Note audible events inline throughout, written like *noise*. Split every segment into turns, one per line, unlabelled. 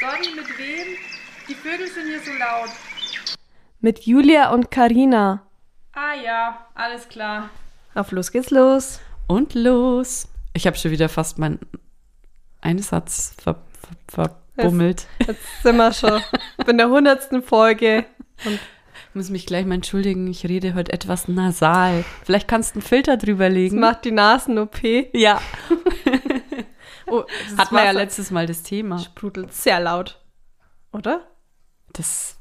Mami, mit wem? Die Vögel sind hier so laut.
Mit Julia und Karina.
Ah ja, alles klar.
Auf los geht's los.
Und los. Ich habe schon wieder fast meinen einen Satz ver, ver, verbummelt.
Jetzt sind wir schon in der hundertsten Folge.
Ich muss mich gleich mal entschuldigen, ich rede heute etwas nasal. Vielleicht kannst du einen Filter drüber
Das
legen.
macht die Nasen-OP.
ja,
*laughs* Oh,
hatten wir ja letztes Mal das Thema.
Sprudelt sehr laut. Oder?
Das,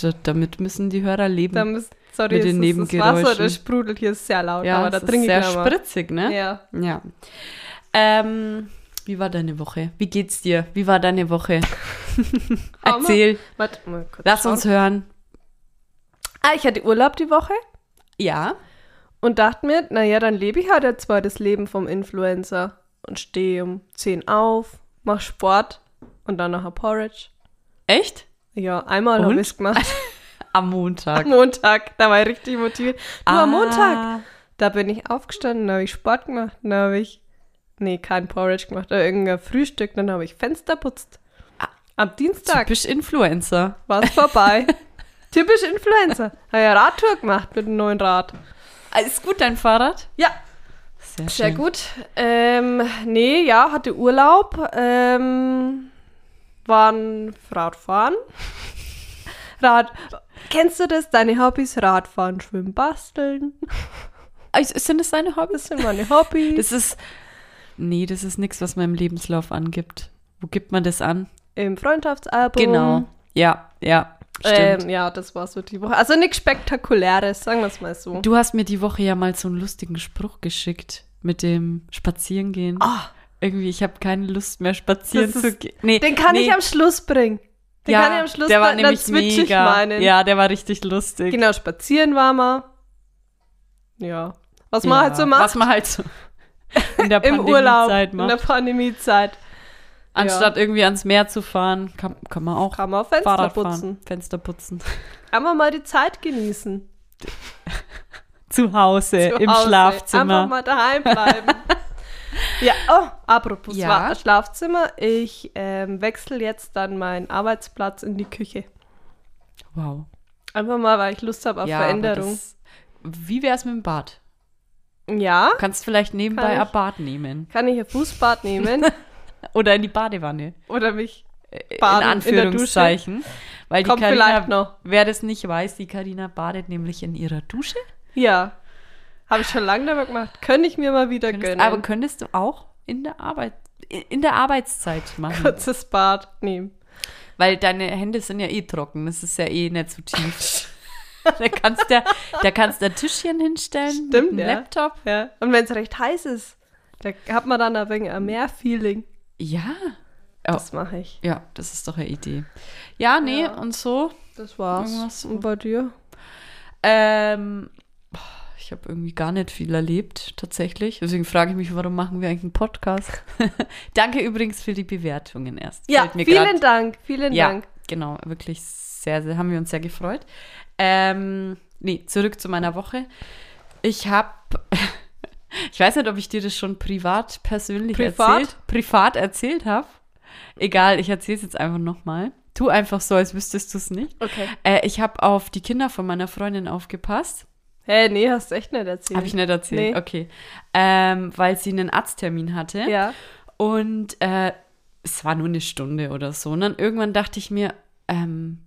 da, damit müssen die Hörer leben.
Da muss, sorry,
Mit den
es ist das Wasser,
Nebengeräuschen.
das sprudelt hier sehr laut.
ja,
aber da
das
trinke
ist
ich
sehr
gleich mal.
spritzig, ne?
Ja.
Ja. Ähm, wie war deine Woche? Wie geht's dir? Wie war deine Woche?
*laughs* Hammer.
Erzähl.
Warte mal kurz.
Lass
schauen.
uns hören.
Ah, ich hatte Urlaub die Woche
Ja.
und dachte mir, naja, dann lebe ich halt jetzt mal das Leben vom Influencer und stehe um 10 auf, mach Sport und dann nachher Porridge.
Echt?
Ja, einmal habe
Und?
ich es gemacht.
*laughs* Am
Am *laughs*
Montag.
Montag, da war ich richtig motiviert. Nur am Montag.
Ah,
Da bin ich aufgestanden, da habe ich Sport gemacht, da habe ich, nee, kein Porridge gemacht, da irgendein Frühstück, dann habe ich Fenster putzt. Am Dienstag
Typisch Influencer.
war es *laughs* vorbei. Typisch Influencer. Habe ja Radtour gemacht mit dem neuen Rad.
Ah, Ist gut dein Fahrrad?
Ja,
Sehr,
sehr gut. Ähm, nee, ja, hatte Urlaub, ähm, waren Radfahren. *laughs* Rad. Kennst du das? Deine Hobbys? Radfahren, Schwimmen, Basteln.
Ah, ist- Sind das deine Hobbys?
Das sind meine Hobbys.
Das ist. Nee, das ist nichts, was man im Lebenslauf angibt. Wo gibt man das an?
Im Freundschaftsalbum.
Genau. Ja, ja. Stimmt.
Ähm, ja, das war so die Woche. Also nichts Spektakuläres, sagen wir es mal so.
Du hast mir die Woche ja mal so einen lustigen Spruch geschickt mit dem Spazierengehen.
Ah.
Irgendwie, ich habe keine Lust mehr spazieren
Das
zu
ist-
gehen. Nee,
Den kann
nee.
ich am Schluss bringen. Den
ja,
kann ich am Schluss
Der war
bringen,
nämlich
dann switch
mega.
ich meinen.
Ja, der war richtig lustig.
Genau, spazieren war mal. Ja. Was
ja.
man halt so macht
Was man halt so in der
*laughs* im Urlaub,
Pandemiezeit
in der
macht.
Pandemiezeit.
Anstatt irgendwie ans Meer zu fahren, kann, kann man auch
Kann man auch Fenster
Fahrrad
putzen.
fahren, Fenster putzen. *laughs*
Einfach mal die Zeit genießen.
Zu Hause,
Zu
Äh, im
Hause. Einfach
Schlafzimmer.
mal daheim
*laughs*
bleiben. ja, oh, apropos
Ja.
Wa- Schlafzimmer. Ich ähm, wechsle jetzt dann meinen Arbeitsplatz in die Küche.
Wow.
Einfach mal, weil ich Lust habe auf
aber
Veränderung.
das- wie wär's mit dem Bad?
Ja,
Du kannst vielleicht nebenbei
ich.
ein Bad nehmen.
kann ich ein *laughs* Fußbad nehmen
Oder in die Badewanne.
oder mich
in
baden in der Dusche.
Anführungszeichen. weil die
Kommt vielleicht
Karina,
noch.
wer das nicht weiß, die Karina badet nämlich in ihrer Dusche.
Ja, habe ich schon lange damit gemacht. Könnte ich mir mal wieder
Könntest,
gönnen.
aber könntest du auch in der Arbeit in der Arbeitszeit machen,
kurzes Bad nehmen.
weil deine Hände sind ja eh trocken, das ist ja eh nicht so tief. *laughs* da kannst du da kannst du ein Tischchen hinstellen
Stimmt,
mit einem
ja.
Laptop.
Ja. Und wenn es recht heiß ist, da hat man dann ein wenig ein Meerfeeling.
Ja.
Das mache ich.
Ja, das ist doch eine Idee. Ja, nee, und so
Das war's.
Irgendwas
Und bei dir?
Ähm, ich habe irgendwie gar nicht viel erlebt, tatsächlich. Deswegen frage ich mich, warum machen wir eigentlich einen Podcast? *laughs* Danke übrigens für die Bewertungen erst.
Ja,
Fällt mir
vielen
grad-
Dank, vielen
Ja,
Dank.
genau. Wirklich sehr, sehr, haben wir uns sehr gefreut. Ähm, nee, zurück zu meiner Woche. Ich habe, *laughs* ich weiß nicht, ob ich dir das schon privat, persönlich
Privat?
erzählt, privat erzählt habe. Egal, ich erzähle es jetzt einfach nochmal. Tu einfach so, als wüsstest du es nicht.
Okay.
Äh, ich habe auf die Kinder von meiner Freundin aufgepasst.
Hä, nee, hast du echt nicht erzählt.
Habe ich nicht erzählt,
Nee.
okay. Ähm, weil sie einen Arzttermin hatte.
Ja.
Und äh, es war nur eine Stunde oder so. Und dann irgendwann dachte ich mir, ähm,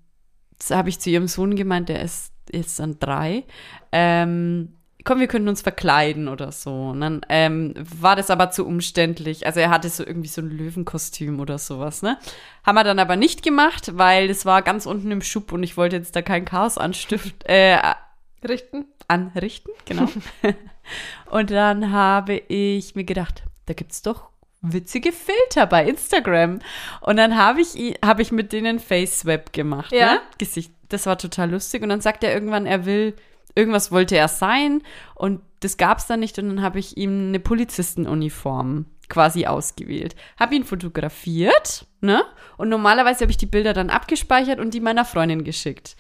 das habe ich zu ihrem Sohn gemeint, der ist jetzt dann drei. Ähm, komm, wir könnten uns verkleiden oder so. Und dann ähm, war das aber zu umständlich. Also er hatte so irgendwie so ein Löwenkostüm oder sowas, ne? Haben wir dann aber nicht gemacht, weil es war ganz unten im Schub und ich wollte jetzt da kein Chaos anstift, äh,
Richten?
anrichten, genau. *laughs* und dann habe ich mir gedacht, da gibt es doch witzige Filter bei Instagram. Und dann habe ich, i- habe ich mit denen Face-Swap gemacht.
Ja.
Ne? Gesicht. Das war total lustig. Und dann sagt er irgendwann, er will, irgendwas wollte er sein. Und das gab es dann nicht. Und dann habe ich ihm eine Polizistenuniform quasi ausgewählt. Habe ihn fotografiert, ne? Und normalerweise habe ich die Bilder dann abgespeichert und die meiner Freundin geschickt.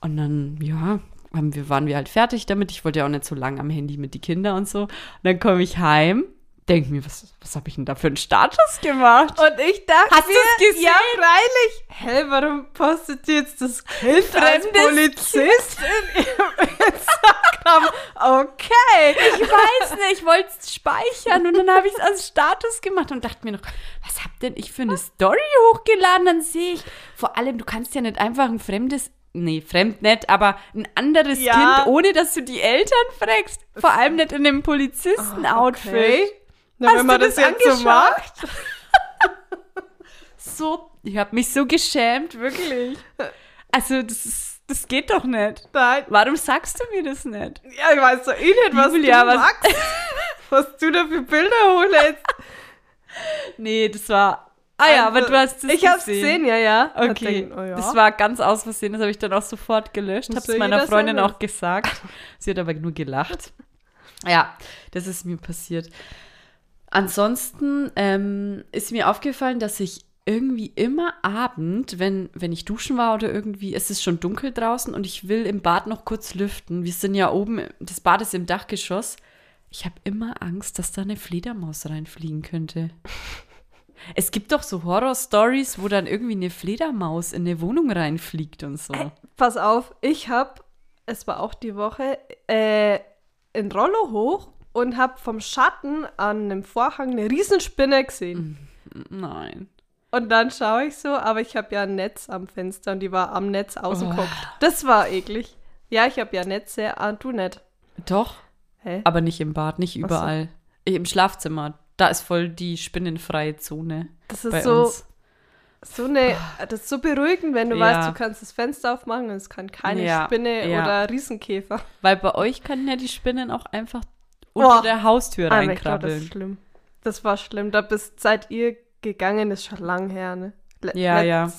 Und dann, ja, haben wir, waren wir halt fertig damit. Ich wollte ja auch nicht so lang am Handy mit die Kinder und so. Und dann komme ich heim, denke mir, was, was habe ich denn da für einen Status gemacht?
Und ich dachte
Hast
mir,
du's gesehen?
ja freilich. Hä, warum postet ihr jetzt das Kind als
Fremdes
Polizist in *laughs* ihrem Instagram? Okay.
Ich weiß nicht, ich wollte es speichern und dann habe ich es als Status gemacht und dachte mir noch, was hab denn ich für eine Story hochgeladen? Dann sehe ich, vor allem, du kannst ja nicht einfach ein fremdes, nee, fremd nicht, aber ein anderes
Ja.
Kind, ohne dass du die Eltern fragst. Vor allem nicht in einem Polizisten-Outfit.
Oh, Na,
Hast
wenn man
du
das,
das
jetzt so
angeschaut?
macht.
So, ich habe mich so geschämt, wirklich. Also, das ist, das geht doch nicht.
Nein.
Warum sagst du mir das nicht?
Ja, ich weiß doch eh nicht, was
Julia,
du
was-
magst. Was du da für Bilder holst.
Nee, das war. Ah ja, aber du hast es
Also, Ich hab's gesehen, ja, ja. Hab
Okay,
gedacht, oh ja.
das war ganz aus Versehen, das habe ich dann auch sofort gelöscht,
Muss
habe
ja
es meiner
jeder
Freundin
selber.
auch gesagt. Sie hat aber nur gelacht. Ja, das ist mir passiert. Ansonsten ähm, ist mir aufgefallen, dass ich irgendwie immer Abend, wenn, wenn ich duschen war oder irgendwie, es ist schon dunkel draußen und ich will im Bad noch kurz lüften. Wir sind ja oben, das Bad ist im Dachgeschoss. Ich habe immer Angst, dass da eine Fledermaus reinfliegen könnte. Es gibt doch so Horror-Stories, wo dann irgendwie eine Fledermaus in eine Wohnung reinfliegt und so.
Pass auf, ich hab, es war auch die Woche, äh, in Rollo hoch und hab vom Schatten an einem Vorhang eine Riesenspinne
Mhm.
gesehen.
Nein.
Und dann schaue ich so, aber ich habe ja ein Netz am Fenster und die war am Netz außen
Oh.
geguckt. Das war eklig. Ja, ich habe ja Netze, ah, du nicht.
Doch,
Hä?
aber nicht im Bad, nicht überall. Im Schlafzimmer, da ist voll die spinnenfreie Zone.
Das ist
bei
so-
uns. Ah.
So eine, das ist so beruhigend, wenn du
Ja.
weißt, du kannst das Fenster aufmachen und es kann keine
Ja,
Spinne
ja.
oder Riesenkäfer.
Weil bei euch können ja die Spinnen auch einfach unter
Boah.
der Haustür
Oh. Ah, mein Gott, das
reinkrabbeln.
ist schlimm. Das war schlimm. Da bist, seit ihr gegangen ist, schon lang her, ne? Le
Ja,
letz-
ja.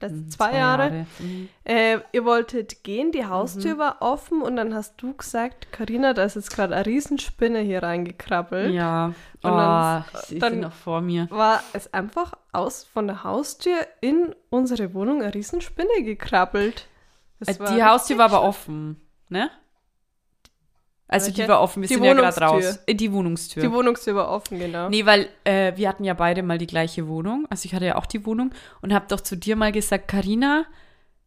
Letzte
Mhm,
zwei, Jahre.
Mhm.
Äh, ihr wolltet gehen, die Haustür war offen und dann hast du gesagt, Karina, da ist jetzt gerade eine Riesenspinne hier reingekrabbelt.
Ja.
Und dann-
oh, ich, ich
dann-
bin noch vor mir.
War es einfach aus von der Haustür in unsere Wohnung eine Riesenspinne gekrabbelt. Das
Äh,
war
die Haustür
richtig
war aber offen, ne? Also
Welche?
die war offen, wir
Die
sind ja gerade
Wohnungstür.
raus. Äh, die Wohnungstür.
Die Wohnungstür war offen, genau.
Nee, weil äh, wir hatten ja beide mal die gleiche Wohnung. Also ich hatte ja auch die Wohnung und habe doch zu dir mal gesagt, Karina,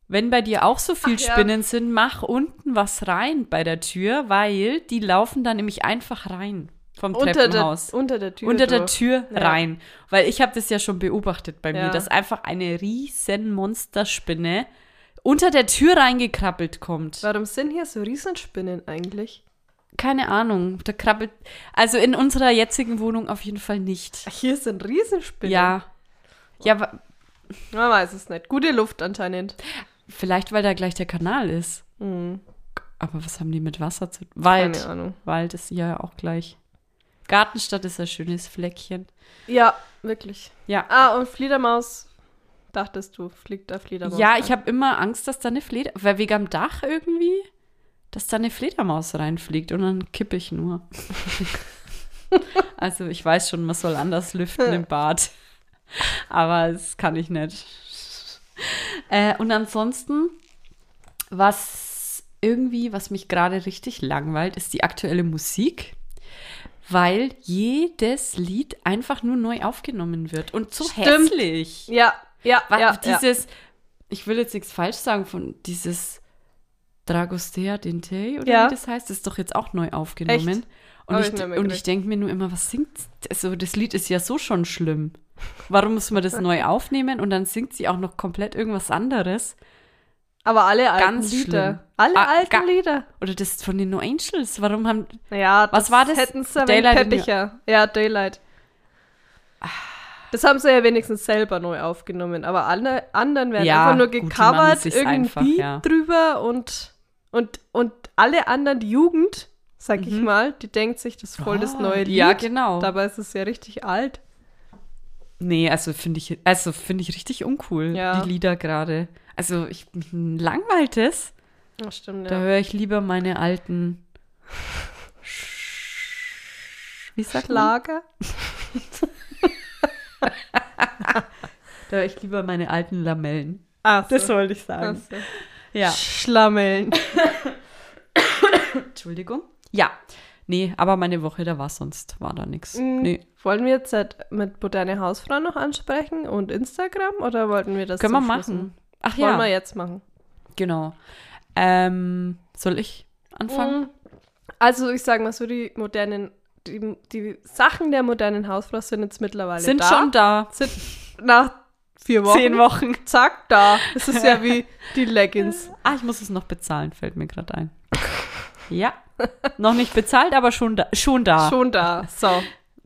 wenn bei dir auch so viel
Ach ja.
Spinnen sind, mach unten was rein bei der Tür, weil die laufen dann nämlich einfach rein vom
unter, der,
Treppenhaus.
unter der Tür.
unter der
durch.
Tür
Ja.
rein. Weil ich habe das ja schon beobachtet bei
Ja.
mir, dass einfach eine riesen Monsterspinne unter der Tür reingekrabbelt kommt.
Warum sind hier so Riesenspinnen eigentlich?
Keine Ahnung, da krabbelt. Also in unserer jetzigen Wohnung auf jeden Fall nicht.
Hier sind Riesenspinnen.
Ja. Ja, wa-
Man weiß es nicht. Gute Luft anscheinend. Hm,
Vielleicht, weil da gleich der Kanal ist. Aber was haben die mit Wasser zu tun? Wald.
Keine Ahnung.
Wald ist ja auch gleich. Gartenstadt ist ein schönes Fleckchen.
Ja, wirklich.
Ja.
Ah, und Fledermaus, dachtest du, fliegt da Fledermaus?
ja,
rein?
ich habe immer Angst, dass da eine Fledermaus. Weil wegen am Dach irgendwie, dass da eine Fledermaus reinfliegt und dann kippe
*laughs*
ich nur. also ich weiß schon, man soll anders lüften im Bad. Aber das kann ich nicht. Äh, und ansonsten, was irgendwie, was mich gerade richtig langweilt, ist die aktuelle Musik. Weil jedes Lied einfach nur neu aufgenommen wird. Und so
Stimmt.
hässlich.
Ja, ja,
Wa-
ja. ja.
dieses, ich will jetzt nichts falsch sagen, von dieses Dragostea Dente oder
Ja.
wie das heißt, das ist doch jetzt auch neu aufgenommen.
Echt?
Und
Hab
ich,
ich nicht mehr
und
gekriegt.
ich denke mir nur immer, was singt, also das Lied ist ja so schon schlimm. Warum muss man das
*laughs*
neu aufnehmen und dann singt sie auch noch komplett irgendwas anderes?
Aber alle alten
Ganz
Lieder.
schlimm.
Alle
Ah, ga-
alten Lieder.
Oder das von den No Angels, warum haben,
Ja, das
Was war das?
hätten sie
Daylight in
Daylight peppiger. Ja, Daylight. Das haben sie ja wenigstens selber neu aufgenommen, aber alle anderen werden
Ja,
einfach nur
gut, die machen
gecovert,
sich's
irgendwie
einfach, ja.
drüber und, und, und alle anderen, die Jugend, sag ich mal, die denkt sich, das ist voll das
Mhm. Ah,
neue Lied.
ja, genau.
Dabei ist es ja richtig alt.
nee, also finde ich, also finde ich richtig uncool,
Ja.
die Lieder gerade. Also ich langweilt es.
Ja, stimmt,
Da
ja.
höre ich lieber meine alten. Wie sagt man?
Schlager?
Da höre ich lieber meine alten Lamellen.
Ach, so.
wollte ich
Ach so.
Ja. *coughs*
Schlammeln.
Entschuldigung. Ja. Nee, aber meine Woche, da war sonst, war da nichts.
Mhm.
Nee.
Wollen wir jetzt halt mit moderne Hausfrau noch ansprechen und Instagram oder wollten wir das
Können wir
zum
machen.
Schluss ne?
Ach
Wollen
ja,
wir jetzt machen.
genau. Ähm, soll ich
Mm,
anfangen?
Also ich sage mal so, die modernen, die, die Sachen der modernen Hausfrau sind jetzt mittlerweile
Sind
da.
schon da.
Sind nach vier Wochen.
Zehn Wochen.
Zack, da. Das ist
*laughs*
ja wie die Leggings.
Ah, ich muss es noch bezahlen, fällt mir gerade ein. Ja, noch nicht bezahlt, aber schon da. Schon da.
Schon da. So.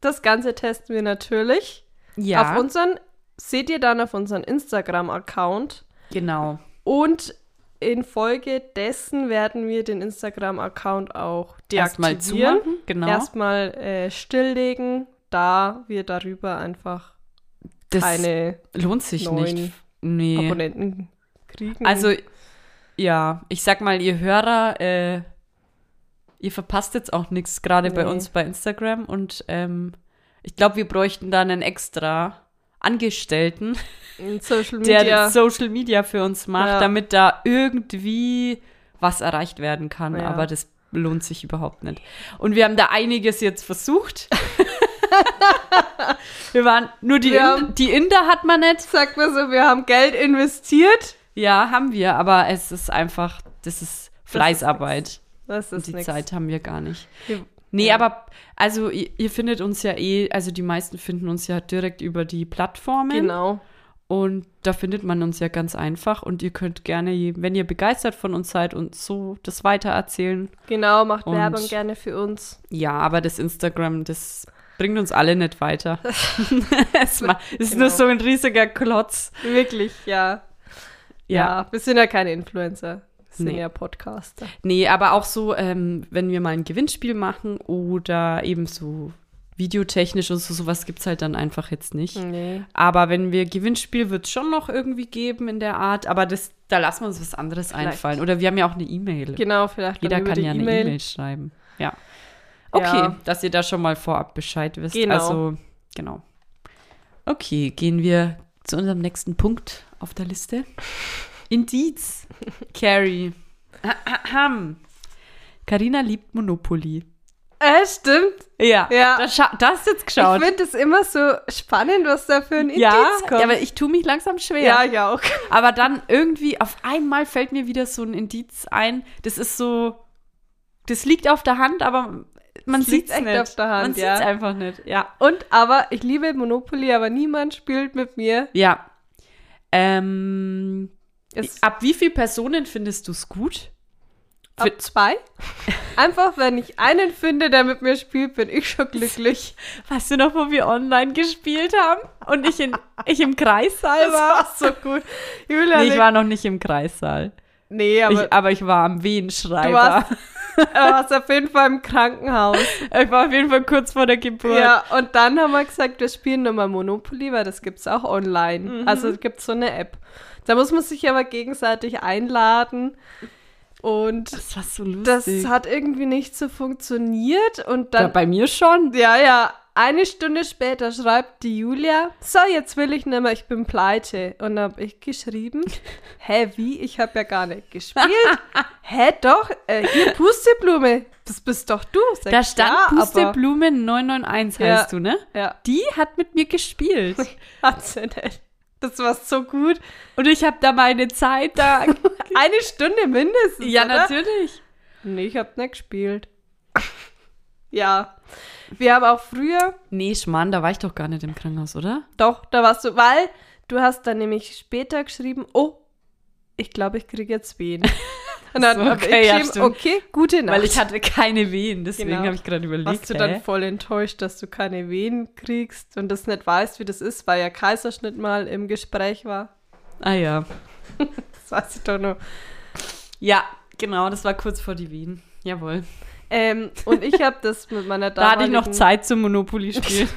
Das Ganze testen wir natürlich.
ja,
Auf unseren, seht ihr dann auf unseren Instagram-Account.
genau.
Und infolgedessen werden wir den Instagram-Account auch
Erstmal
deaktivieren.
zumachen, genau.
Erstmal äh, stilllegen, da wir darüber einfach
das
keine
lohnt sich
neuen
nicht. Nee.
Abonnenten kriegen.
Also, ja, ich sag mal, ihr Hörer, äh, ihr verpasst jetzt auch nichts, gerade bei
Nee.
uns bei Instagram. Und ähm, ich glaube, wir bräuchten da einen extra Angestellten,
in Social
der
Media.
Social Media für uns macht,
Ja.
damit da irgendwie was erreicht werden kann.
Ja.
Aber das lohnt sich überhaupt nicht. Und wir haben da einiges
*laughs*
jetzt versucht. wir waren nur die,
Wir
Inder,
haben-
die Inder hat man nicht.
Sagt man so, wir haben Geld investiert.
Ja, haben wir, aber es ist einfach, das ist Fleißarbeit.
Das ist
und die
nix.
Zeit haben wir gar nicht.
Wir-
Nee,
Ja.
aber also ihr, ihr findet uns ja eh, also die meisten finden uns ja direkt über die Plattformen.
Genau.
Und da findet man uns ja ganz einfach. Und ihr könnt gerne, je- wenn ihr begeistert von uns seid und so das weitererzählen.
Genau, macht
Und-
Werbung gerne für uns.
Ja, aber das Instagram, das bringt uns alle
*laughs*
nicht weiter. *laughs* es ma- ist
Genau.
nur so ein riesiger Klotz.
Wirklich, ja.
Ja.
Ja, wir sind ja keine Influencer. Wir sind
Nee.
ja Podcaster.
Nee, aber auch so, ähm, wenn wir mal ein Gewinnspiel machen oder eben so videotechnisch und so, sowas gibt es halt dann einfach jetzt nicht.
Nee.
Aber wenn wir Gewinnspiel, wird es schon noch irgendwie geben in der Art, aber das, da lassen wir uns was anderes einfallen. Oder wir haben ja auch eine E-Mail.
Genau, vielleicht
Jeder
dann über
kann
die
ja eine
E-Mail.
E-Mail schreiben. Ja. Okay,
Ja.
dass ihr da schon mal vorab Bescheid wisst.
Genau.
Also, genau. Okay, gehen wir zu unserem nächsten Punkt auf der Liste. *laughs* Indiz. Carrie. Karina liebt Monopoly.
Äh, stimmt.
Ja,
Ja.
Das, scha- das hast du jetzt geschaut.
Ich finde es immer so spannend, was da für ein
ja,
Indiz
ja,
kommt.
aber ich tue mich langsam schwer.
ja, ja, auch.
Aber dann irgendwie auf einmal fällt mir wieder so ein Indiz ein. Das ist so, das liegt auf der Hand, aber man
Das liegt
sieht es
echt
nicht.
auf der
man
Hand, ja.
sieht's einfach nicht. Ja,
Und aber ich liebe Monopoly, aber niemand spielt mit mir.
ja. Ähm,
Es
ab wie viel Personen findest du es gut?
ab zwei. Einfach, wenn ich einen finde, der mit mir spielt, bin ich schon
*laughs*
glücklich.
Weißt du noch, wo wir online gespielt haben und ich in ich im Kreissaal
Das
war?
war so gut. Julia,
Nee, ich
leg-
war noch nicht im Kreissaal.
nee
Aber
aber
ich, aber ich war am
du
Wehenschreiber.
warst, du warst auf jeden Fall im
*laughs*
Krankenhaus.
Ich war auf jeden Fall kurz vor der Geburt.
ja, und dann haben wir gesagt, wir spielen nochmal Monopoly, weil das gibt's auch online.
Mhm.
Also gibt so eine App. Da muss man sich aber gegenseitig einladen. Und
Das war so lustig.
Das hat irgendwie nicht so funktioniert und
ja,
dann,
bei mir schon.
ja, ja, eine Stunde später schreibt die Julia, so, jetzt will ich nicht mehr, ich bin pleite. Und dann habe ich
*laughs*
geschrieben, hä, wie, ich habe ja gar nicht gespielt. hä, doch, äh, hier, Pusteblume, das bist doch du. Sag
Da
ich,
stand
ja, aber-
Pusteblume 991,
Ja.
heißt du, ne?
Ja,
Die hat mit mir gespielt.
hat sie nicht. Das war so gut.
Und ich habe da meine Zeit
*laughs*
da.
Eine Stunde mindestens.
ja,
oder?
natürlich.
Nee, ich habe nicht gespielt. ja. Wir haben auch früher
Nee, Schmarrn, da war ich doch gar nicht im Krankenhaus, oder?
Doch, da warst du, weil du hast dann nämlich später geschrieben, oh, ich glaube, ich kriege jetzt
*laughs*
Wehen. Und dann
So,
hab
okay,
ich
ja,
geschrieben,
stimmt.
okay, gute Nacht.
Weil ich hatte keine Wehen, deswegen
Genau.
habe ich gerade überlegt.
warst du
hä?
dann voll enttäuscht, dass du keine Wehen kriegst und das nicht weißt, wie das ist, weil ja Kaiserschnitt mal im Gespräch war.
ah ja.
Das weiß ich doch noch.
Ja, genau, das war kurz vor die Wehen. Jawohl.
Ähm, und ich habe das mit meiner
Da hatte ich
damaligen,
noch Zeit zum
*laughs*
Monopoly spielen.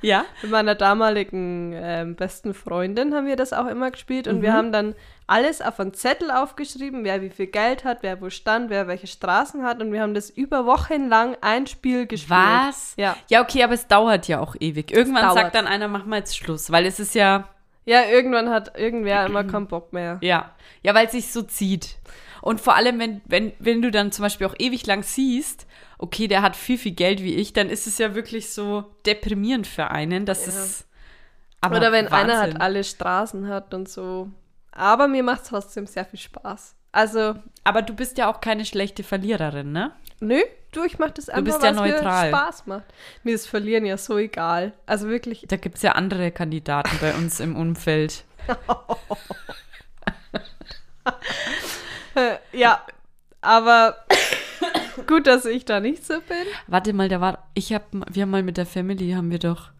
ja?
mit meiner damaligen ähm, besten Freundin haben wir das auch immer gespielt und wir
Mhm.
haben dann alles auf einen Zettel aufgeschrieben, wer wie viel Geld hat, wer wo stand, wer welche Straßen hat und wir haben das über Wochen lang ein Spiel gespielt.
Was?
Ja.
Ja, okay, aber es dauert ja auch ewig. Irgendwann
dauert.
sagt dann einer, mach mal jetzt Schluss, weil es ist ja. *clears throat*
Ja, irgendwann hat irgendwer immer keinen Bock mehr.
Ja, ja weil es sich so zieht. Und vor allem, wenn, wenn, wenn du dann zum Beispiel auch ewig lang siehst, okay, der hat viel, viel Geld wie ich, dann ist es ja wirklich so deprimierend für einen, dass es. aber
Oder wenn einer
Wahnsinn.
halt alle Straßen hat und so. Aber mir macht es trotzdem sehr viel Spaß. Also,
Aber du bist ja auch keine schlechte Verliererin, ne?
nö, du, ich mach das einfach,
bist
was
ja neutral.
mir Spaß macht. Mir ist Verlieren ja so egal. Also wirklich,
Da gibt es ja andere Kandidaten bei uns im Umfeld.
äh, ja. Aber gut, dass ich da nicht so bin.
Warte mal, da war, ich hab, wir haben mal mit der Family, haben wir doch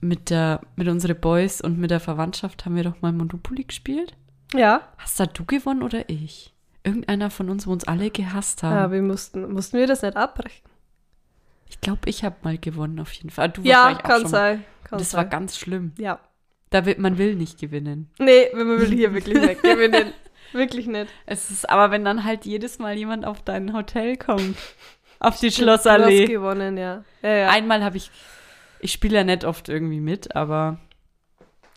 mit der, mit unsere Boys und mit der Verwandtschaft haben wir doch mal Monopoly gespielt.
Ja.
Hast da du gewonnen oder ich? Irgendeiner von uns, wo uns alle gehasst haben.
ja äh, wir mussten, mussten wir das nicht abbrechen.
ich glaube, ich habe mal gewonnen auf jeden Fall. Du
Ja,
wahrscheinlich auch
kann
schon mal.
sein. Kann
Das war
sein.
ganz schlimm.
Ja.
Da will, man will nicht gewinnen.
Nee, wenn man will hier wirklich nicht
*laughs*
gewinnen. Wirklich nicht.
Es ist aber, wenn dann halt jedes Mal jemand auf dein Hotel
*laughs*
kommt, auf die
Du
Schlossallee.
hast gewonnen, ja. ja, ja.
Einmal habe ich, ich spiele ja nicht oft irgendwie mit, aber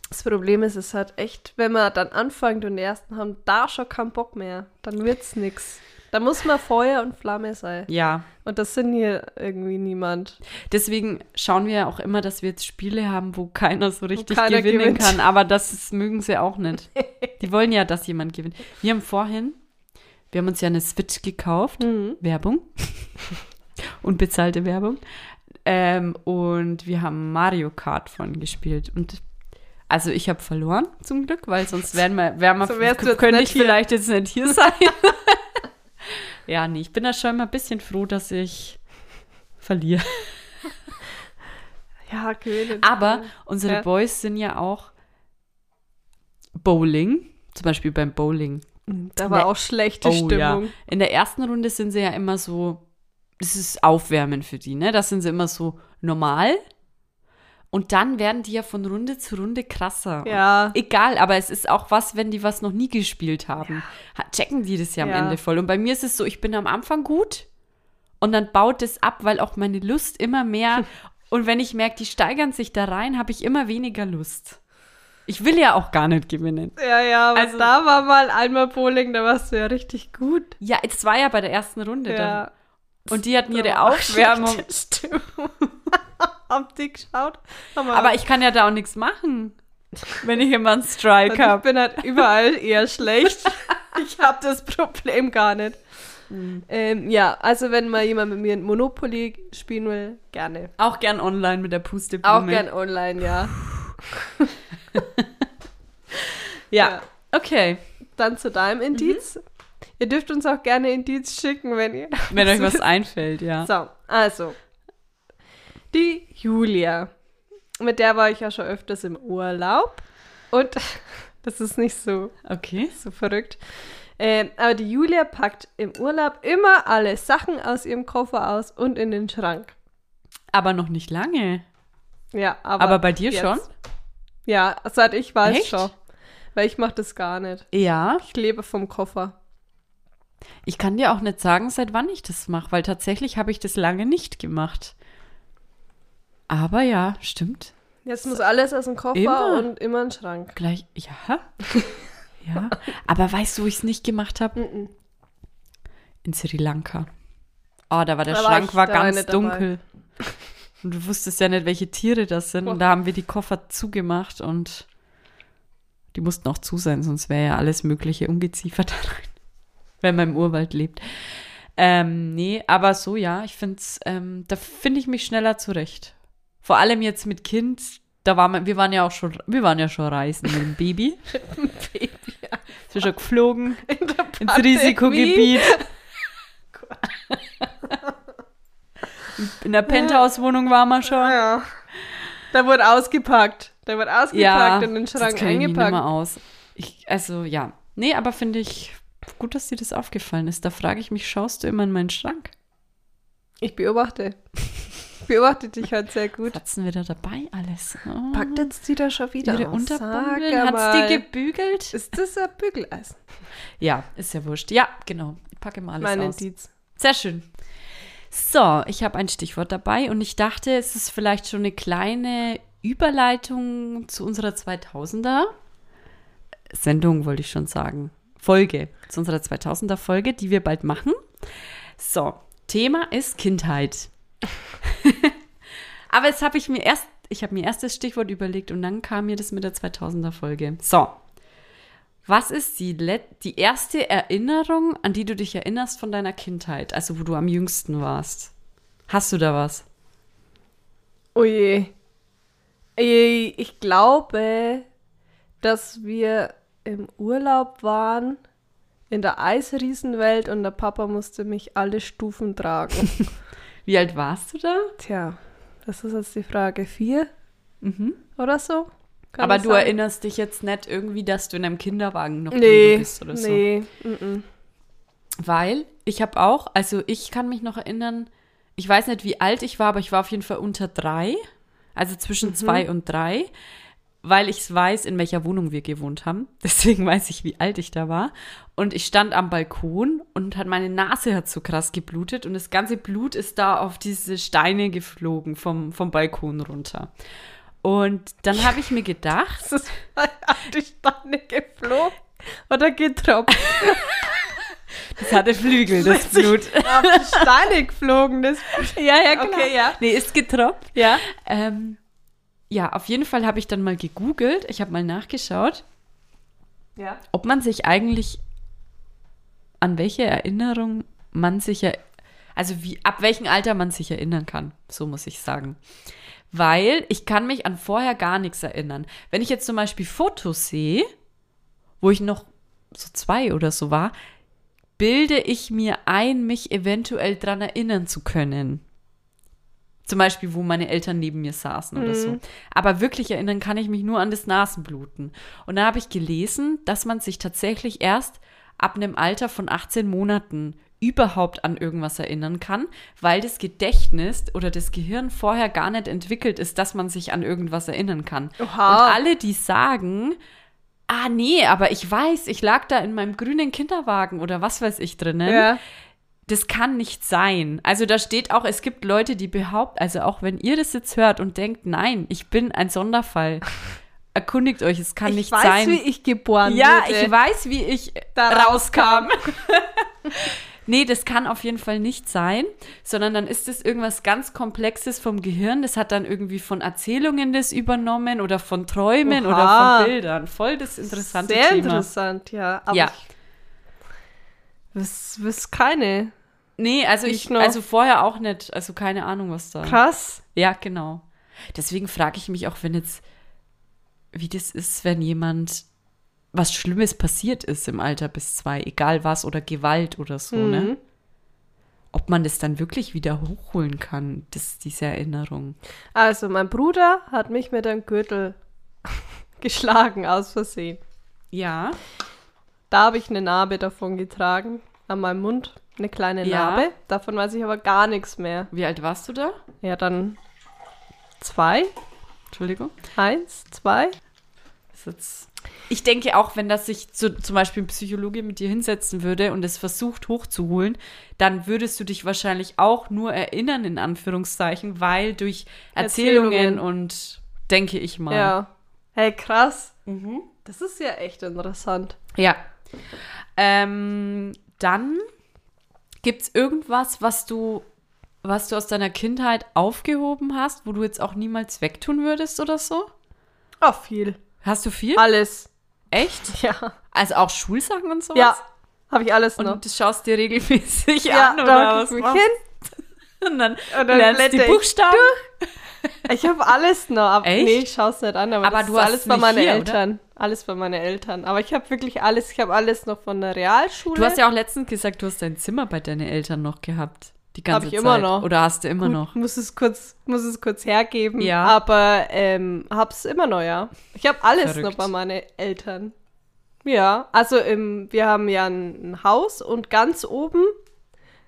Das Problem ist, es hat echt, wenn man dann anfängt und die ersten haben da schon keinen Bock mehr, dann wird's nix. Da muss man Feuer und Flamme sein.
ja.
Und das sind hier irgendwie niemand.
Deswegen schauen wir ja auch immer, dass wir jetzt Spiele haben, wo keiner so richtig
keiner
gewinnen
gewinnt.
kann. Aber das ist, mögen sie
*laughs*
auch nicht. Die wollen ja, dass jemand gewinnt. Wir haben vorhin, wir haben uns ja eine Switch gekauft.
Mhm. Hm. *laughs*
Werbung. Unbezahlte Werbung. Ähm, und wir haben Mario Kart von gespielt. Und also ich habe verloren zum Glück, weil sonst wären wir, wären wir
So wärst du jetzt
könnte
nicht
ich vielleicht jetzt nicht
*laughs*
hier sein. ja, nee, ich bin da schon mal ein bisschen froh, dass ich verliere.
Ja, gewinnen.
Aber unsere
*laughs* Ja.
Boys sind ja auch Bowling, zum Beispiel beim Bowling.
da war
ne-
auch schlechte
ja.
Stimmung.
In der ersten Runde sind sie ja immer so, das ist Aufwärmen für die, ne? Das sind sie immer so normal. Und dann werden die ja von Runde zu Runde krasser.
Ja.
Egal, aber es ist auch was, wenn die was noch nie gespielt haben. Ha- Checken die das ja am
Ja.
Ende voll. Und bei mir ist es so, ich bin am Anfang gut und dann baut es ab, weil auch meine Lust immer mehr.
*laughs*
und wenn ich merke, die steigern sich da rein, habe ich immer weniger Lust. Ich will ja auch gar nicht gewinnen.
Ja, ja, aber
Also-
da war mal einmal Bowling, da warst du ja richtig gut.
Ja, es war ja bei der ersten Runde
Ja. Oh,
dann. Und die hatten ihre
Da war
Aufwärmung.
schlechte Stimmung. Habt ihr geschaut? Oh.
Aber ich kann ja da auch nichts machen, wenn ich immer
*laughs*
einen Strike
ich
habe.
bin halt überall eher schlecht.
*laughs*
Ich habe das Problem gar nicht.
Mhm.
Ähm, ja, also wenn mal jemand mit mir ein Monopoly spielen will, gerne.
Auch gern online mit der Pusteblume.
Auch gern online, ja.
*laughs* Ja. Mhm. Okay.
Dann zu deinem Indiz. Ihr dürft uns auch gerne Indiz schicken, wenn ihr.
Wenn euch was einfällt, ja.
So, also. Die Julia. Mit der war ich ja schon öfters im Urlaub. Und *laughs* das ist nicht so
Okay.
So verrückt. Ähm, aber die Julia packt im Urlaub immer alle Sachen aus ihrem Koffer aus und in den Schrank.
Aber noch nicht lange.
Ja, aber,
Aber bei dir
jetzt-
schon?
Ja, seit ich weiß
Echt?
schon. Weil ich mache das gar nicht.
Ja.
Ich lebe vom Koffer.
Ich kann dir auch nicht sagen, seit wann ich das mache, weil tatsächlich habe ich das lange nicht gemacht. Aber ja, stimmt.
Jetzt muss alles aus dem Koffer
Immer?
und immer in den Schrank.
Gleich,
*laughs*
ja. ja. Aber weißt du, wo ich es nicht gemacht habe?
Mhm.
In Sri Lanka. Oh, da war der
Da war
Schrank
ich-
war
da war ich
ganz
nicht
dunkel. Und du wusstest ja nicht, welche Tiere das sind. Und da haben wir die Koffer zugemacht und die mussten auch zu sein, sonst wäre ja alles Mögliche *laughs* ungeziefert da rein. Wenn man im Urwald lebt. Ähm, nee, aber so ja, ich find's, ähm, da finde ich mich schneller zurecht. Vor allem jetzt mit Kind, da waren wir, wir waren ja auch schon, wir waren ja schon reisen mit
*laughs*
dem Baby.
Baby, ja.
Wir sind schon geflogen
*laughs* In der
ins
Pandemie.
Risikogebiet. In der Penthouse-Wohnung waren wir schon.
Ah, Ja. Da wurde ausgepackt. Da wurde ausgepackt und in den
das
Schrank
kenn ich mich nicht
eingepackt.
mehr aus. Ich, also ja, nee, aber finde ich gut, dass dir das aufgefallen ist. Da frage ich mich, schaust du immer in meinen Schrank?
Ich beobachte. Ich beobachte dich halt sehr
*laughs*
gut.
Platzen wir da dabei alles? Oh.
Packt jetzt die da schon wieder
ihre
aus. Sag
Unterbummeln? Hat's die
einmal.
gebügelt?
Ist das ein Bügeleisen?
Ja, ist ja wurscht. Ja, genau. Ich packe mal alles
Mein
aus.
Indiz.
Sehr schön. So, ich habe ein Stichwort dabei und ich dachte, es ist vielleicht schon eine kleine Überleitung zu unserer 2000er Sendung, wollte ich schon sagen. Folge, zu unserer 2000er Folge, die wir bald machen. So, Thema ist Kindheit. *laughs* Aber jetzt habe ich mir erst, ich habe mir erst das Stichwort überlegt und dann kam mir das mit der 2000er Folge. So, was ist die, let die erste Erinnerung, an die du dich erinnerst von deiner Kindheit, also wo du am jüngsten warst? Hast du da was?
Oh je. Äh, Ich glaube, dass wir im Urlaub waren in der Eisriesenwelt und der Papa musste mich alle Stufen tragen.
Wie alt warst du da?
Tja, das ist jetzt die Frage vier oder so. Kann
Mhm. Aber
das
du
sein?
erinnerst dich jetzt nicht irgendwie, dass du in einem Kinderwagen noch
nee,
drin bist oder so.
nee, mm-mm.
Weil ich habe auch, also ich kann mich noch erinnern, ich weiß nicht, wie alt ich war, aber ich war auf jeden Fall unter drei, also zwischen zwei und drei, weil ich weiß, in welcher Wohnung wir gewohnt haben. *laughs* Deswegen weiß ich, wie alt ich da war. Und ich stand am Balkon und hat meine Nase hat so krass geblutet und das ganze Blut ist da auf diese Steine geflogen vom, vom Balkon runter. Und dann habe ich mir gedacht,
Das ist *laughs* auf die Steine geflogen oder getropft.
*laughs* es hatte *laughs* Flügel, das Blut.
auf die Steine geflogen, das
Ja, ja,
klar.
Okay, ja. Nee, ist getropft.
genau. Ja.
Ähm, ja, auf jeden Fall habe ich dann mal gegoogelt, ich habe mal nachgeschaut,
Ja.
ob man sich eigentlich an welche Erinnerung man sich er, also wie ab welchem Alter man sich erinnern kann, so muss ich sagen. Weil ich kann mich an vorher gar nichts erinnern. Wenn ich jetzt zum Beispiel Fotos sehe, wo ich noch so zwei oder so war, bilde ich mir ein, mich eventuell dran erinnern zu können. Zum Beispiel, wo meine Eltern neben mir saßen oder so. Aber wirklich erinnern kann ich mich nur an das Nasenbluten. Und da habe ich gelesen, dass man sich tatsächlich erst ab einem Alter von 18 Monaten überhaupt an irgendwas erinnern kann, weil das Gedächtnis oder das Gehirn vorher gar nicht entwickelt ist, dass man sich an irgendwas erinnern kann.
Oha.
Und alle, die sagen, ah nee, aber ich weiß, ich lag da in meinem grünen Kinderwagen oder was weiß ich drinnen,
Ja.
das kann nicht sein. Also da steht auch, es gibt Leute, die behaupten, also auch wenn ihr das jetzt hört und denkt, nein, ich bin
*laughs*
ein Sonderfall, erkundigt euch, es kann
Ich
nicht
weiß,
sein.
wie ich geboren
ja,
wurde.
ich weiß, wie ich
Da
rauskam. *laughs* nee, das kann auf jeden Fall nicht sein, sondern dann ist es irgendwas ganz Komplexes vom Gehirn. Das hat dann irgendwie von Erzählungen das übernommen oder von Träumen
Oha.
oder von Bildern. Voll das interessante
Sehr
Thema.
interessant, ja. Aber
Ja.
ich wiss, wiss keine.
Nee, also
Ich
ich,
noch.
also vorher auch nicht. Also keine Ahnung, was da.
Krass.
Ja, genau. Deswegen frage ich mich auch, wenn jetzt, wie das ist, wenn jemand was Schlimmes passiert ist im Alter bis zwei, egal was, oder Gewalt oder so, ne? Ob man das dann wirklich wieder hochholen kann, das, diese Erinnerung.
Also, mein Bruder hat mich mit einem Gürtel *laughs* geschlagen, aus Versehen.
Ja.
Da habe ich eine Narbe davon getragen, an meinem Mund. Eine kleine
Ja.
Narbe. Davon weiß ich aber gar nichts mehr.
Wie alt warst du da?
Ja, dann zwei,
Entschuldigung.
eins, zwei.
Ist jetzt ich denke auch, wenn das sich zu, zum Beispiel ein Psychologe mit dir hinsetzen würde und es versucht hochzuholen, dann würdest du dich wahrscheinlich auch nur erinnern, in Anführungszeichen, weil durch Erzählungen,
Erzählungen.
und denke ich mal.
Ja. Hey, krass.
Mhm.
Das ist ja echt interessant.
Ja. Ähm, dann gibt es irgendwas, was du, was du aus deiner Kindheit aufgehoben hast, wo du jetzt auch niemals wegtun würdest oder so?
Oh, viel.
Hast du viel?
Alles.
Echt?
Ja.
Also auch Schulsachen und sowas?
Ja. Habe ich alles noch.
Und das schaust dir regelmäßig
Genau. ja,
an oder
da
was?
guck ich mich
machst
hin.
du? Und dann,
dann
lernst du
blätter
die
ich
Buchstaben.
Ich habe alles noch. Aber
Echt?
Nee, ich schaue es nicht an. Aber,
Aber
das
du
ist
hast
alles bei
nicht
meinen
hier, oder?
Eltern. Alles bei meinen Eltern. Aber ich habe wirklich alles. Ich habe alles noch von der Realschule.
Du hast ja auch letztens gesagt, du hast dein Zimmer bei deinen Eltern noch gehabt. Die ganze
ich immer
Zeit.
noch.
Oder hast du immer
Gut,
noch?
Muss es kurz, muss es kurz hergeben.
Ja.
Aber ähm, hab's immer noch, ja. Ich habe alles
Verrückt.
noch bei meinen Eltern. Ja, also im, wir haben ja ein ein Haus und ganz oben, *laughs*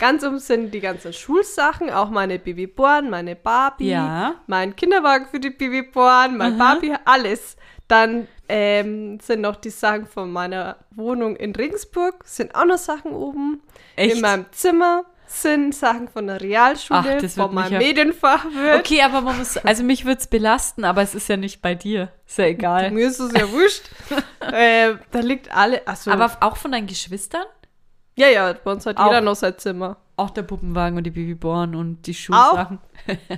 ganz oben sind die ganzen Schulsachen, auch meine Babyborn, meine Barbie,
Ja.
mein Kinderwagen für die Babyborn, mein
Aha.
Barbie, alles. Dann ähm, sind noch die Sachen von meiner Wohnung in Regensburg, sind auch noch Sachen oben.
Echt?
In meinem Zimmer. sind Sachen von der Realschule,
Ach, das wird
von meinem
mich ja-
Medienfach wird.
Okay, aber man muss, also mich würde es belasten, aber es ist ja nicht bei dir. Ist ja egal.
Mir ist es ja
*laughs*
wurscht. äh, da liegt alle. Achso.
Aber auch von deinen Geschwistern?
ja, ja, bei uns hat
Auch.
jeder noch sein Zimmer.
Auch der Puppenwagen und die Babyborn und die Schuhsachen.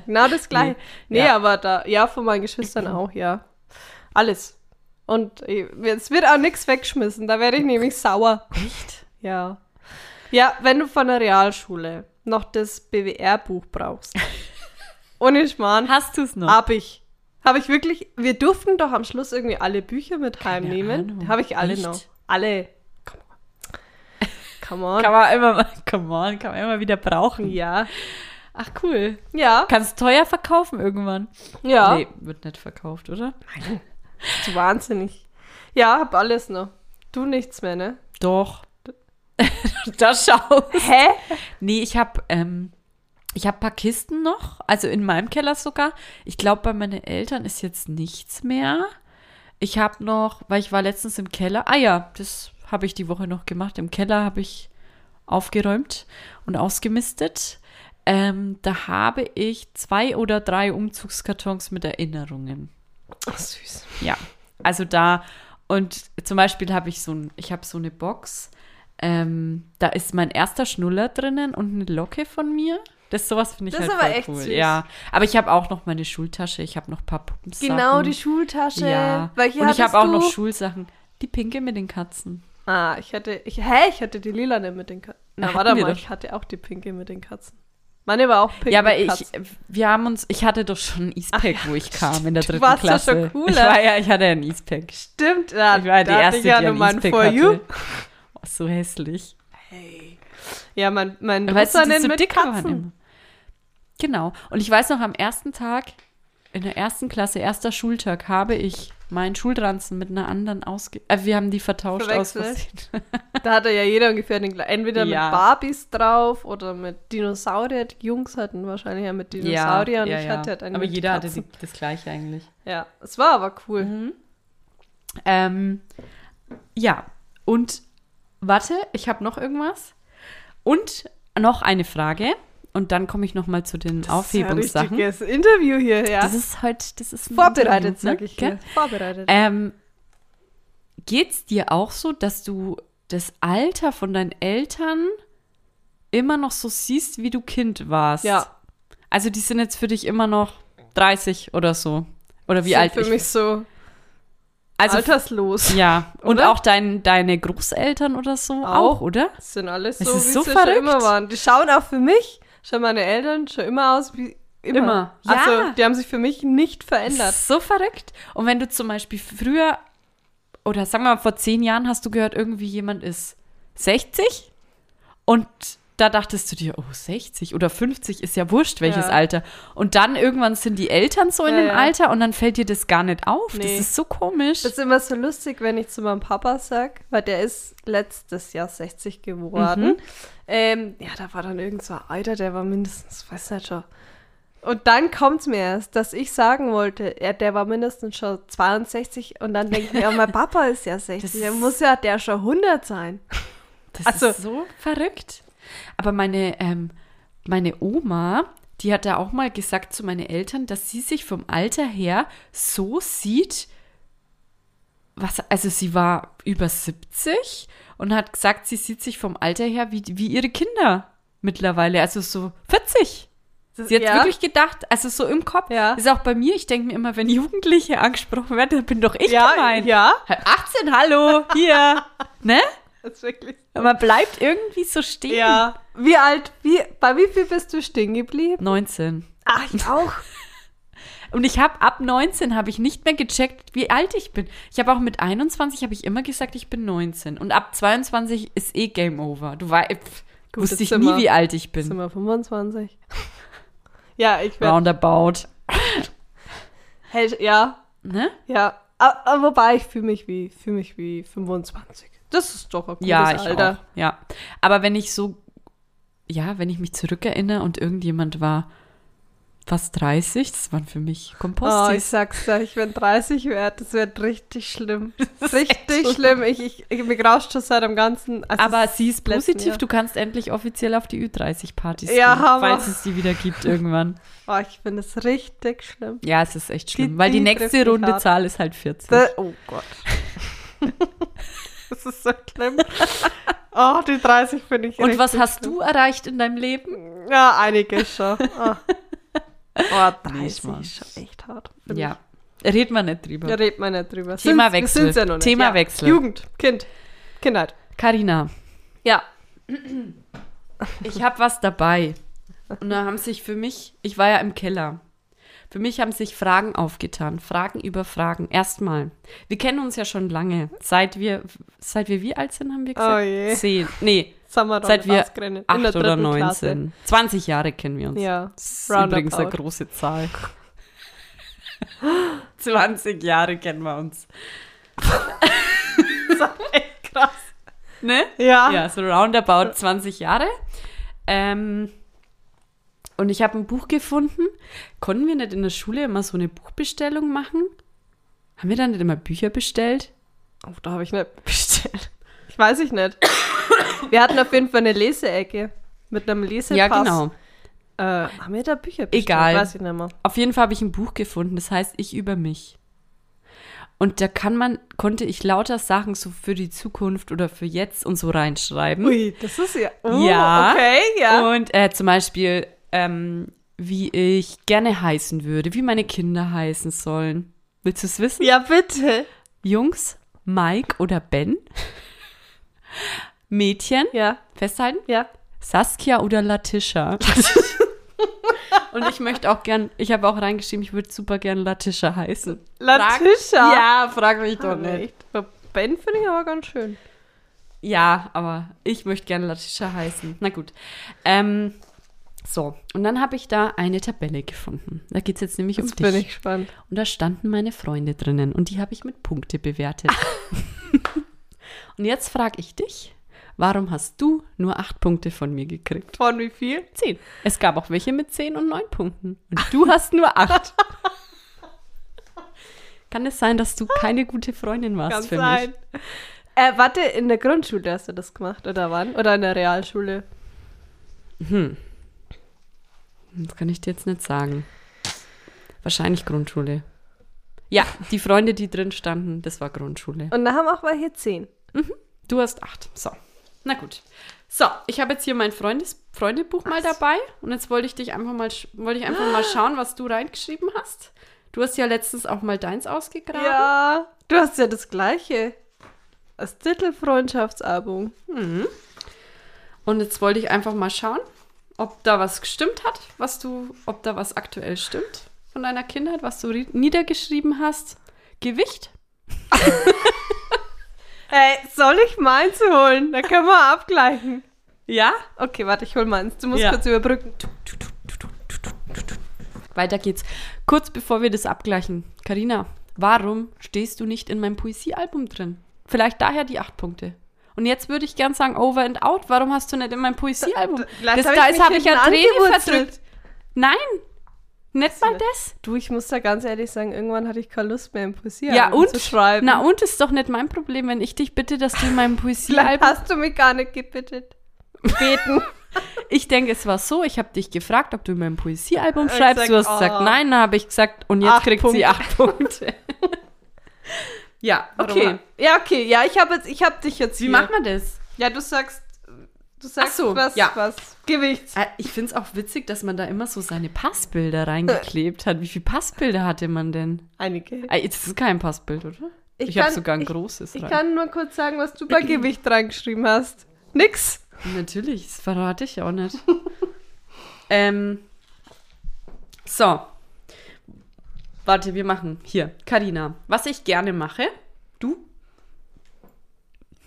Genau das gleiche. *laughs* Nee,
Nee, ja.
aber da, ja, von meinen Geschwistern auch, ja. Alles. Und äh, es wird auch nichts weggeschmissen, da werde ich nämlich sauer.
Echt?
Ja. Ja, wenn du von der Realschule noch das BWR-Buch
*laughs*
brauchst. Ohne Schmarrn.
Hast du es noch?
Hab ich. Habe ich wirklich. Wir durften doch am Schluss irgendwie alle Bücher mit
Ahnung.
heimnehmen. Habe ich alle
Echt?
noch. Alle.
*laughs*
Come on. Come
kann man immer mal, *laughs* come on, kann man immer wieder
on.
brauchen.
Ja.
Ach cool.
Ja.
Kannst teuer verkaufen irgendwann.
Ja.
Nee, wird nicht verkauft, oder?
Du wahnsinnig. Ja, hab alles noch. Du nichts mehr, ne?
Doch. da schau.
Hä?
Nee, ich hab, ähm, ich hab paar Kisten noch, also in meinem Keller sogar. Ich glaube, bei meinen Eltern ist jetzt nichts mehr. Ich hab noch, weil ich war letztens im Keller. Ah ja, das habe ich die Woche noch gemacht. Im Keller habe ich aufgeräumt und ausgemistet. Ähm, da habe ich zwei oder drei Umzugskartons mit Erinnerungen.
Ach, süß.
Ja, also da und zum Beispiel habe ich so ein, ich habe so eine Box. Ähm, da ist mein erster Schnuller drinnen und eine Locke von mir. Das sowas finde ich
Das ist
halt
aber
voll
echt
cool.
süß.
Ja, aber ich habe auch noch meine Schultasche. Ich habe noch ein paar Puppensachen.
Genau, die Schultasche.
Ja.
Welche
und ich
hattest
habe auch
du?
noch Schulsachen. Die pinke mit den Katzen.
Ah, ich hatte, ich, hä, ich hatte die lilane mit den Katzen. Na,
Hatten
warte
wir
mal,
doch.
ich hatte auch die pinke mit den Katzen. Meine war auch pink
ja, aber
mit
ich,
Katzen.
wir haben uns, ich hatte doch schon ein Eastpack,
Ach ja,
wo ich kam in der
stimmt. Du
dritten
warst ja
Klasse.
schon cooler.
Ich war ja, ich hatte ein Eastpack.
Stimmt, ja,
Ich war die
da
erste,
hatte ich ja
die
nur
ein
mein
Eastpack
For
hatte.
You.
Oh, so hässlich.
Ja, mein, mein
Weißt du, die
Russanen
so
mit
dick waren
Katzen.
immer. Genau. Und ich weiß noch, am ersten Tag, in der ersten Klasse, erster Schultag, habe ich meinen Schulranzen mit einer anderen ausge... Äh, wir haben die vertauscht aus
Verwechselt. *laughs*
Versehen.
Da hatte ja jeder ungefähr den gleichen. Entweder
Ja.
mit Barbies drauf oder mit Dinosaurier. Die Jungs hatten wahrscheinlich ja mit Dinosaurier und ich hatte halt einen
Aber
mit
jeder hatte
Katzen.
die, das Gleiche eigentlich.
Ja, es war aber cool.
Ähm, ja, und warte, ich habe noch irgendwas. Und noch eine Frage. Und dann komme ich noch mal zu den Aufhebungssachen.
Das ist ja ein richtiges Interview hier, ja.
das ist heute, das ist ein Interview,
Vorbereitet,
ne?
sag ich
Gell?
dir. Vorbereitet.
Ähm, geht's dir auch so, dass du das Alter von deinen Eltern immer noch so siehst, wie du Kind warst?
Ja.
Also die sind jetzt für dich immer noch 30 oder so. Oder wie
Sind
alt
für
ich
mich so
Also
alterslos.
ja, und
Oder?
auch dein, deine Großeltern oder so auch,
Auch.
oder?
Das sind alles
Es
so, wie
ist so
sie schon
verrückt.
immer waren. Die schauen auch für mich, schon meine Eltern, schon immer aus wie immer.
Immer. Ja.
Also, die haben sich für mich nicht
Das
verändert.
ist so verrückt. Und wenn du zum Beispiel früher oder sagen wir mal vor zehn Jahren hast du gehört, irgendwie jemand ist 60 und da dachtest du dir, oh 60 oder 50 ist ja wurscht, welches
Ja.
Alter. Und dann irgendwann sind die Eltern so in
Ja,
dem
ja.
Alter und dann fällt dir das gar nicht auf.
Nee.
Das ist so komisch.
Das ist immer so lustig, wenn ich zu meinem Papa sag, weil der ist letztes Jahr 60 geworden. Ähm, ja, da war dann irgend so ein Alter, der war mindestens, weiß nicht schon. Und dann kommt's mir erst, dass ich sagen wollte, ja, der war mindestens schon 62 und dann denke ich mir, ja, *laughs* mein Papa ist ja 60,
Das
dann
ist-
muss ja der schon 100 sein.
Das
Also-
ist so verrückt. Aber meine, ähm, meine Oma, die hat da auch mal gesagt zu meinen Eltern, dass sie sich vom Alter her so sieht, was, also sie war über 70 und hat gesagt, sie sieht sich vom Alter her wie, wie ihre Kinder mittlerweile, also so 40. Sie hat
ja.
wirklich gedacht, also so im Kopf,
Ja.
ist auch bei mir, ich denke mir immer, wenn Jugendliche angesprochen werden, dann bin doch ich
ja,
gemeint.
ja,
18, hallo, hier, ne?
das ist wirklich.
Man bleibt irgendwie so stehen.
Ja. Wie alt, wie, bei wie viel bist du stehen geblieben?
19.
Ach, Ah, ich auch.
Und ich habe ab 19 habe ich nicht mehr gecheckt, wie alt ich bin. Ich habe auch mit 21 habe ich immer gesagt, ich bin 19 und ab 22 ist eh Game Over. Du weißt,
Gut,
wusste
jetzt
ich
sind
nie,
wir-
wie alt ich
Sind
bin.
wir 25? ja, ich werde.
Roundabout,
Hey, ja,
ne?
ja. Ah, ah, wobei, ich fühle mich wie, fühle mich wie 25. Das ist doch ein gutes
Ja, ich
Alter.
auch. Ja. Aber wenn ich so ja, wenn ich mich zurückerinnere und irgendjemand war fast 30. Das waren für mich
Oh, ich
Kompostis.
sag's euch, wenn 30 wird, das wird richtig
*laughs*
schlimm.
ist echt
Richtig schlimm.
schlimm.
Ich, ich, ich mir grauscht schon seit dem ganzen. also
aber
es
sie ist
letzten
positiv.
Jahr.
Du kannst endlich offiziell auf die Ü30-Partys
Ja,
gehen,
Hammer.
falls es die wieder gibt irgendwann.
Oh, ich finde es richtig schlimm.
Ja, es ist echt
Die-
schlimm, weil die
die
nächste
trifft mich
runde
hart.
Zahl ist halt 40.
Da, oh Gott. *laughs* das ist so schlimm. Oh, die 30 finde ich
Und
richtig
was hast
schlimm.
du erreicht in deinem Leben?
Ja, einige schon.
*laughs*
Oh, oh 30
Nee,
ist
Mann.
schon echt hart. finde
Ja. Red man nicht drüber.
ich. Da redet man nicht drüber. Sind's- wir
Thema Wechsel.
sind's Ja noch nicht.
Thema
ja.
Wechsel.
Jugend, Kind, Kindheit.
Carina,
Ja.
ich habe was dabei. Und da haben sich für mich, ich war ja im Keller. Für mich haben sich Fragen aufgetan, Fragen über Fragen. Erstmal, wir kennen uns ja schon lange. Seit wir, seit wir wie alt sind, haben wir gesagt?
Oh je.
Zehn. Nee,
Das haben wir doch
seit
nicht
wir
ausgerechnet. In der
acht oder
dritten Klasse.
neunzehn. 20 Jahre kennen wir uns.
Ja,
*laughs* Das ist
roundabout.
übrigens eine große *laughs* Zahl. 20 Jahre kennen wir uns.
krass.
Ne?
Ja.
Ja, so roundabout 20 Jahre. Ähm, und ich habe ein Buch gefunden. Konnten wir nicht in der Schule immer so eine Buchbestellung machen? Haben wir dann nicht immer Bücher bestellt?
Oh, da habe ich nicht bestellt. Ich weiß ich nicht. Wir hatten auf jeden Fall eine Leseecke mit einem Lesepass.
Ja, genau.
Äh, haben wir da Bücher bestellt?
Egal.
Weiß ich nicht mehr.
Auf jeden Fall habe ich ein Buch gefunden, das heißt Ich über mich. Und da kann man, konnte ich lauter Sachen so für die Zukunft oder für jetzt und so reinschreiben.
Ui, das ist ja... Oh,
Ja.
Okay, ja.
Und äh, zum Beispiel, ähm, wie ich gerne heißen würde, wie meine Kinder heißen sollen. Willst du es wissen?
Ja, bitte.
Jungs, Mike oder Ben? *laughs* Mädchen,
Ja,
festhalten,
ja.
Saskia oder
*laughs*
Latisha? Und ich möchte auch gern, ich habe auch reingeschrieben, ich würde super gern Latisha heißen.
Latisha?
Ja, frag mich
Ah,
doch
nee,
nicht.
ich- Ben finde ich aber ganz schön.
Ja, aber ich möchte gerne Latisha heißen. Na gut. Ähm, so, und dann habe ich da eine Tabelle gefunden. Da geht es jetzt nämlich um
Jetzt
dich.
bin ich gespannt.
Und da standen meine Freunde drinnen und die habe ich mit Punkte bewertet. und jetzt frage ich dich, warum hast du nur acht Punkte von mir gekriegt?
Von wie viel?
Zehn. Es gab auch welche mit zehn und neun Punkten. Und du hast nur acht. Kann es sein, dass du keine gute Freundin warst
Ganz
für mich?
ein. Äh, warte, in der Grundschule hast du das gemacht, oder wann? Oder in der Realschule?
Das kann ich dir jetzt nicht sagen. Wahrscheinlich Grundschule. Ja, die Freunde, die drin standen, das war Grundschule.
Und da haben auch welche zehn.
Du hast acht. So. Na gut. So, ich habe jetzt hier mein Freundes Freundebuch mal dabei und jetzt wollte ich dich einfach mal sch- wollte ich einfach mal schauen, was du reingeschrieben hast. Du hast ja letztens auch mal deins ausgegraben.
Ja, du hast ja das gleiche. Das Titel Freundschaftsalbum.
Und jetzt wollte ich einfach mal schauen, ob da was gestimmt hat, was du, ob da was aktuell stimmt von deiner Kindheit, was du ri- niedergeschrieben hast. Gewicht?
Ey, soll ich meins holen? Da können wir abgleichen.
Ja.
Okay, warte, ich hol meins. Du musst
Ja.
kurz überbrücken.
Weiter geht's. Kurz bevor wir das abgleichen, Karina, warum stehst du nicht in meinem Poesiealbum drin? Vielleicht daher die acht Punkte. Und jetzt würde ich gern sagen, over and out, warum hast du nicht in meinem Poesiealbum?
Vielleicht
Das,
hab
da
ich
ist,
mich
habe ich ja
hinten
Tränen
angewurzelt.
verdrückt. Nein, nicht mal das.
Du, ich muss da ganz ehrlich sagen, irgendwann hatte ich keine Lust mehr im Poesie
Ja, und?
zu schreiben.
Na und, ist doch nicht mein Problem, wenn ich dich bitte, dass du
*laughs*
in meinem
Vielleicht
Poesiealbum...
hast du mich gar nicht gebittet. Beten.
Ich denke, es war so, ich habe dich gefragt, ob du in meinem Poesiealbum
Ich
schreibst.
sag,
du hast gesagt,
oh.
nein, da habe ich gesagt, und jetzt
Acht
kriegt sie
Punkte.
acht Punkte. *laughs* ja, okay.
Okay. Ja, okay. Ja, ich habe jetzt, ich habe dich jetzt.
Wie
hier.
macht man das?
Ja, du sagst, du sagst
so,
was,
ja.
was. Gewicht.
Äh, Ich finde es auch witzig, dass man da immer so seine Passbilder *laughs* reingeklebt hat. Wie viele Passbilder hatte man denn?
Einige.
Äh, Das ist kein Passbild, oder?
Ich
Ich, habe
kann-
sogar ein
ich-
großes
Ich
rein.
kann nur kurz sagen, was du *clears throat* bei Gewicht reingeschrieben hast. Nix.
Natürlich, das verrate ich auch nicht. *laughs* ähm, so. Warte, wir machen. Hier, Karina. Was ich gerne mache. Du?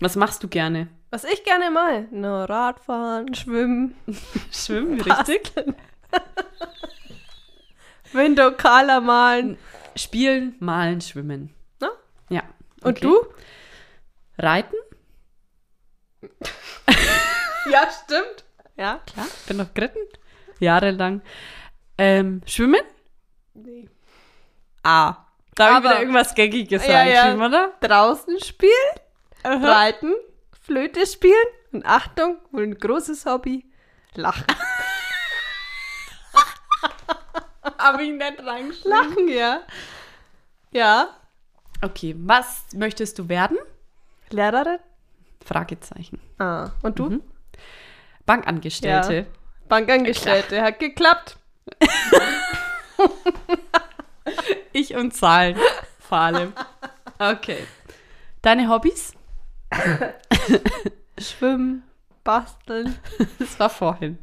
Was machst du gerne?
Was ich gerne mal. Nur Radfahren, Schwimmen,
Schwimmen,
Basteln. *laughs* Windokala malen.
Spielen, malen, schwimmen.
Na?
Ja.
Und
okay.
du?
Reiten?
Ja, stimmt. Ja.
Ja, bin noch geritten. Jahrelang. Ähm, schwimmen?
Nee.
Ah. Da habe
Aber-
ich wieder irgendwas Gaggiges
Ja, ja.
reingeschrieben, oder?
Draußen spielen, reiten, Flöte spielen und Achtung, wohl ein großes Hobby,
*laughs*
lachen.
Habe ich nicht reingeschrieben.
Lachen, ja. Ja,
Okay, was möchtest du werden?
Lehrerin.
Fragezeichen.
Ah, und du?
Mhm. Bankangestellte.
Bankangestellte, hat geklappt.
Ich und Zahlen. Vor allem. Okay. Deine Hobbys?
Schwimmen, basteln.
Das war vorhin.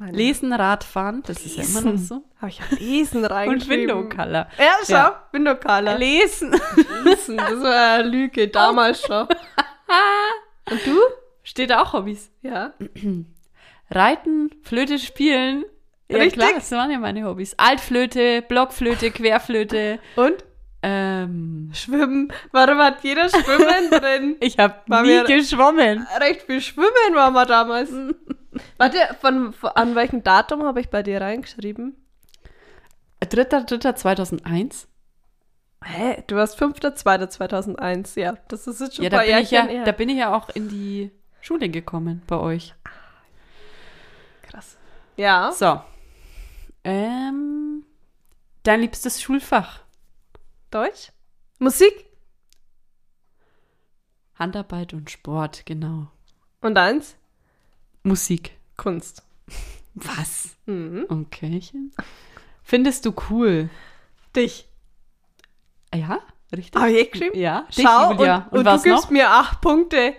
Lesen, Radfahren, das ist ja immer noch so.
Habe ich ja Lesen
Und
reingeschrieben.
Window Color.
Ja, schau,
Ja.
Window Color.
Lesen.
Lesen, das war eine Lüge, damals
*laughs*
schon. Und du?
Steht da auch Hobbys.
Ja.
Reiten, Flöte spielen. Ja,
Richtig.
klar, das waren ja meine Hobbys. Altflöte, Blockflöte, Querflöte.
Und?
Ähm,
Schwimmen. Warum hat jeder Schwimmen drin?
ich habe
War
nie
mir-
geschwommen.
Recht viel Schwimmen waren wir damals. Warte, von, von, an welchem Datum habe ich bei dir reingeschrieben?
3.3.2001.
Hä? Du warst 5.2.2001. Ja, das ist jetzt schon
Ja,
ein
da
paar
bin, ich ja,
Jährchen her.
da bin ich ja auch in die Schule gekommen bei euch.
Krass. Ja.
So. Ähm, dein liebstes Schulfach?
Deutsch? Musik?
Handarbeit und Sport, genau.
Und eins?
Musik.
Kunst.
Was?
Mhm.
Okay. Findest du cool?
Dich.
Ja, richtig.
Habe ich eh geschrieben?
Ah, Ja, dich,
Schau,
Julia.
und, und, du gibst mir acht Punkte.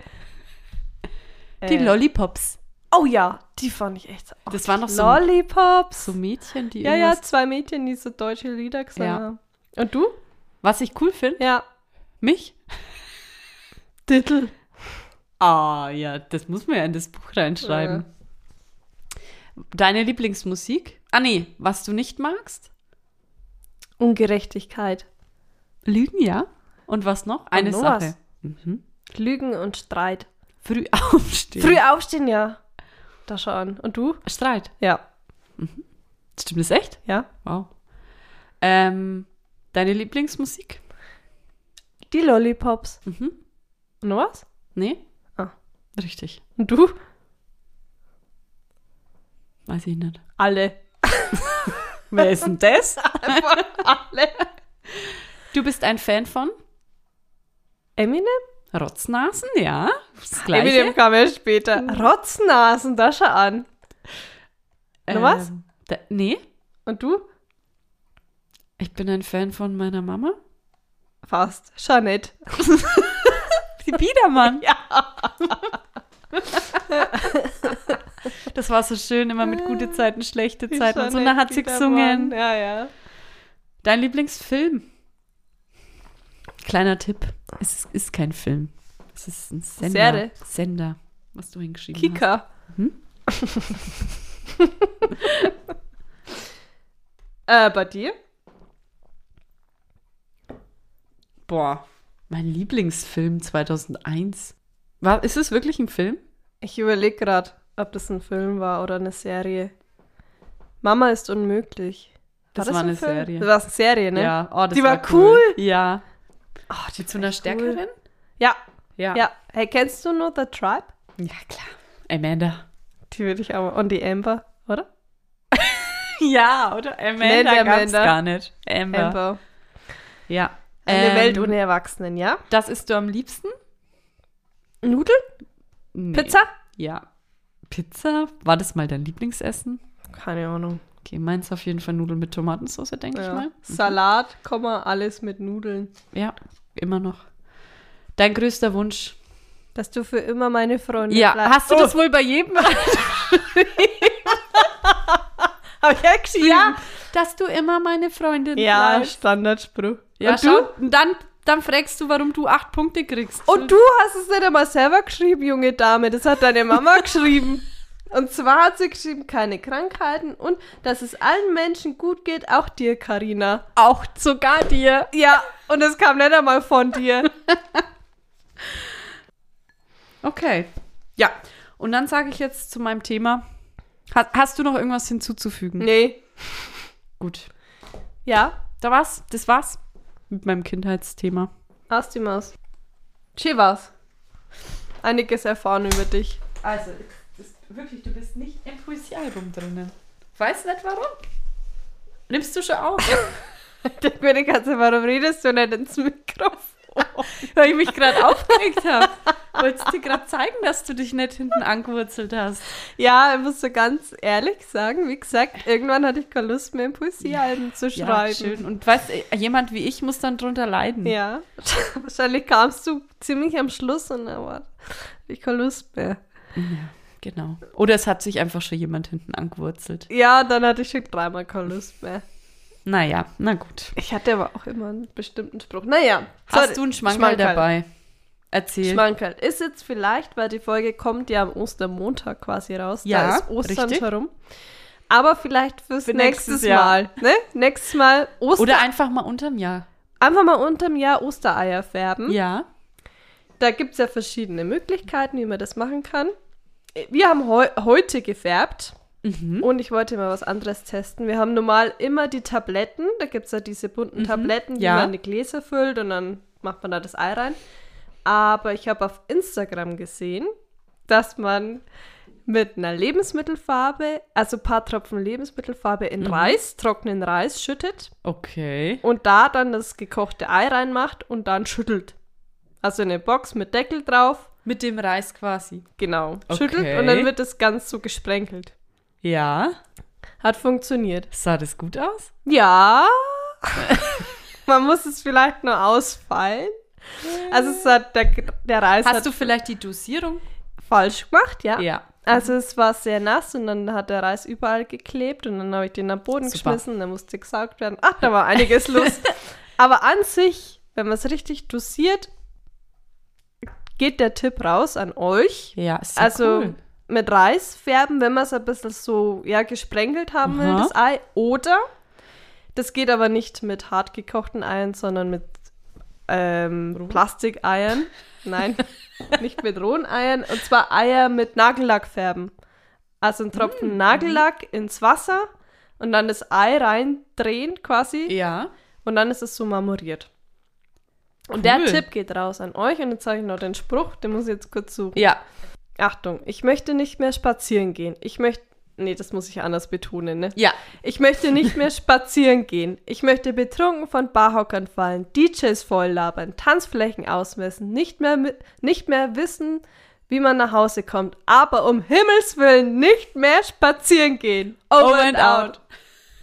Die
Äh,
Lollipops.
Oh ja, die fand ich echt. Oh,
Das waren noch so-
Lollipops.
So Mädchen, die
ja, ja,
irgendwas...
zwei Mädchen, die so deutsche Lieder gesungen
Ja.
haben. Und du?
Was ich cool finde?
Ja.
Mich?
Titel.
Ah, ja, das muss man ja in das Buch reinschreiben. Deine Lieblingsmusik? Ah, nee, was du nicht magst?
Ungerechtigkeit.
Lügen, ja. Und was noch? Eine
noch
Sache. Mhm.
Lügen und Streit.
Früh aufstehen.
Früh aufstehen, ja. Da schau an. Und du?
Streit.
Ja.
Stimmt das echt?
Ja.
Wow. Ähm, deine Lieblingsmusik?
Die Lollipops.
Mhm.
Und noch was?
Nee?
Ah.
Richtig.
Und du?
Weiß ich nicht.
Alle.
Wer ist denn das?
Alle.
Du bist ein Fan von
Eminem?
Rotznasen, ja. Das Gleiche.
Eminem kam ja später. Rotznasen, da schau an. Noch was?
Ähm, da, nee,
Und du?
ich bin ein Fan von meiner Mama.
Fast. Schau nicht.
Die Biedermann. *laughs* ja. Das war so schön, immer mit gute Zeiten, schlechte Zeiten. Und so
Jeanette
eine hat sie
Biedermann.
gesungen.
Ja, ja.
Dein Lieblingsfilm? Kleiner Tipp. Es ist, ist kein Film. Es ist ein Sender.
Serie.
Sender, was du hingeschrieben hast.
Kika.
Mhm.
*laughs* äh, bei dir?
Boah, mein Lieblingsfilm 2001. War, ist es wirklich ein Film?
Ich überlege gerade, ob das ein Film war oder eine Serie. Mama ist unmöglich.
Das war
ein
eine
Film?
Serie.
Das war eine Serie, ne?
Ja, oh, das
Die war
Ja.
Ach, die
Zu einer
echt cool.
Stärkerin?
Ja,
Ja.
ja. Hey, kennst du nur The Tribe?
Ja, klar. Amanda.
*laughs* Die würde ich aber. Und die Amber, oder?
Ja, oder?
Nenn
Amanda gab's
Amanda.
gar nicht. Amber.
Amber.
Ja.
Eine
Ähm,
Welt ohne Erwachsenen, ja?
Das isst du am liebsten?
Nudeln?
Nee.
Pizza?
Ja. Pizza? War das mal dein Lieblingsessen?
Keine Ahnung.
Okay, meins auf jeden Fall Nudeln mit Tomatensauce, denke ich
Ja.
mal. Mhm.
Salat, Komma, alles mit Nudeln.
Ja, immer noch. Dein größter Wunsch?
Dass du für immer meine Freundin
Ja,
bleibst. Oh,
hast du das wohl
*laughs*
bei jedem?
Hab ich ja geschrieben.
ja, dass du immer meine Freundin
Ja,
bleibst.
Standardspruch.
Ja,
und,
schau,
du?
und dann, dann fragst du, warum du acht Punkte kriegst.
und du hast es nicht einmal selber geschrieben, junge Dame. Das hat deine *laughs* Mama geschrieben. Und zwar hat sie geschrieben, keine Krankheiten und dass es allen Menschen gut geht, auch dir, Karina.
auch sogar dir.
Ja, und es kam nicht einmal von *laughs* dir.
Okay. Ja. Und dann sage ich jetzt zu meinem Thema. Ha- hast du noch irgendwas hinzuzufügen?
Nee.
Gut.
Ja,
Da war's. Das war's mit meinem Kindheitsthema.
aus die Maus. Schön war's. Einiges erfahren über dich.
Also, wirklich, du bist nicht im Poesiealbum drinnen. Weißt nicht warum? Nimmst du schon auf?
*laughs* Ich denke mir die ganze Zeit, warum redest du nicht ins Mikrofon?
Weil ich mich gerade aufgeregt habe. Wolltest dir gerade zeigen, dass du dich nicht hinten angewurzelt hast.
Ja, ich muss so ganz ehrlich sagen, wie gesagt, irgendwann hatte ich keine Lust mehr, Poesiealben zu schreiben.
schön. Und weißt du, jemand wie ich muss dann drunter leiden.
Ja, *laughs* wahrscheinlich kamst du ziemlich am Schluss und da war ich keine Lust mehr.
Genau. Oder es hat sich einfach schon jemand hinten angewurzelt.
Ja, dann hatte ich schon dreimal keine Lust mehr.
Naja, na gut.
Ich hatte aber auch immer einen bestimmten Spruch. Naja.
Hast
sorry.
du einen Schmankerl dabei? Erzähl.
Schmankerl. Ist jetzt vielleicht, weil die Folge kommt ja am Ostermontag quasi raus.
Ja,
da ist Ostern
richtig.
schon rum. Aber vielleicht fürs
Für
nächstes,
nächstes Jahr.
Mal. Ne? Nächstes Mal Oster.
Oder einfach mal unterm Jahr.
einfach mal unterm Jahr Ostereier färben.
Ja.
Da gibt es ja verschiedene Möglichkeiten, wie man das machen kann. Äh, Wir haben heu heute gefärbt und ich wollte mal was anderes testen. Wir haben normal immer die Tabletten, da gibt es ja diese bunten Tabletten, die
ja.
man in die Gläser füllt und dann macht man da das Ei rein. Aber ich habe auf Instagram gesehen, dass man mit einer Lebensmittelfarbe, also ein paar Tropfen Lebensmittelfarbe in Reis, trockenen Reis schüttet
Okay.
und da dann das gekochte Ei reinmacht und dann schüttelt. Also eine Box mit Deckel drauf,
Mit dem Reis quasi.
genau,
Okay.
schüttelt und dann wird das ganz so gesprenkelt.
Ja.
Hat funktioniert.
Sah das gut aus?
Ja, *laughs* man muss es vielleicht nur ausfallen. Also es hat der, der Reis
Hast
hat
du vielleicht die Dosierung?
falsch gemacht, ja.
Ja.
Also es war sehr nass und dann hat der Reis überall geklebt und dann habe ich den am Boden
Super.
geschmissen, dann musste gesaugt werden. Ach, da war einiges los. Aber an sich, wenn man es richtig dosiert, geht der Tipp raus an euch.
Ja, ist ja
also
cool.
mit Reis färben, wenn man es ein bisschen so ja, gesprenkelt haben will,
Aha.
das Ei. Oder das geht aber nicht mit hart gekochten Eiern, sondern mit ähm,
*laughs*
Plastikeiern. Nein, nicht mit rohen Eiern. Und zwar Eier mit Nagellack färben. Also einen
Hm,
Tropfen Nagellack
mhm.
ins Wasser und dann das Ei reindrehen quasi.
Ja.
Und dann ist es so marmoriert. Und der
Cool.
Tipp geht raus an euch. Und jetzt sage ich noch den Spruch, den muss ich jetzt kurz suchen.
Ja.
Achtung, ich möchte nicht mehr spazieren gehen. Ich möchte. Nee, das muss ich anders betonen, ne?
Ja.
Ich möchte nicht mehr spazieren gehen. Ich möchte betrunken von Barhockern fallen, DJs volllabern, Tanzflächen ausmessen, nicht mehr, mi- nicht mehr wissen, wie man nach Hause kommt. Aber um Himmels Willen nicht mehr spazieren gehen. Over and out.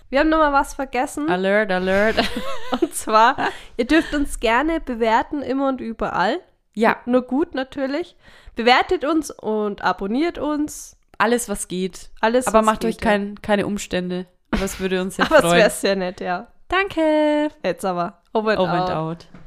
Wir haben nochmal was vergessen.
*laughs* Alert, alert.
*laughs* Und zwar, ihr dürft uns gerne bewerten, immer und überall.
*laughs* ja.
Nur gut natürlich. Bewertet uns und abonniert uns.
Alles, was geht.
Alles,
Aber
was
macht
geht,
euch kein, keine Umstände.
*laughs*
Das würde uns sehr *laughs*
Aber es
freuen.
wäre sehr nett, ja.
Danke.
Jetzt aber. Over and,
Over
out.
and out.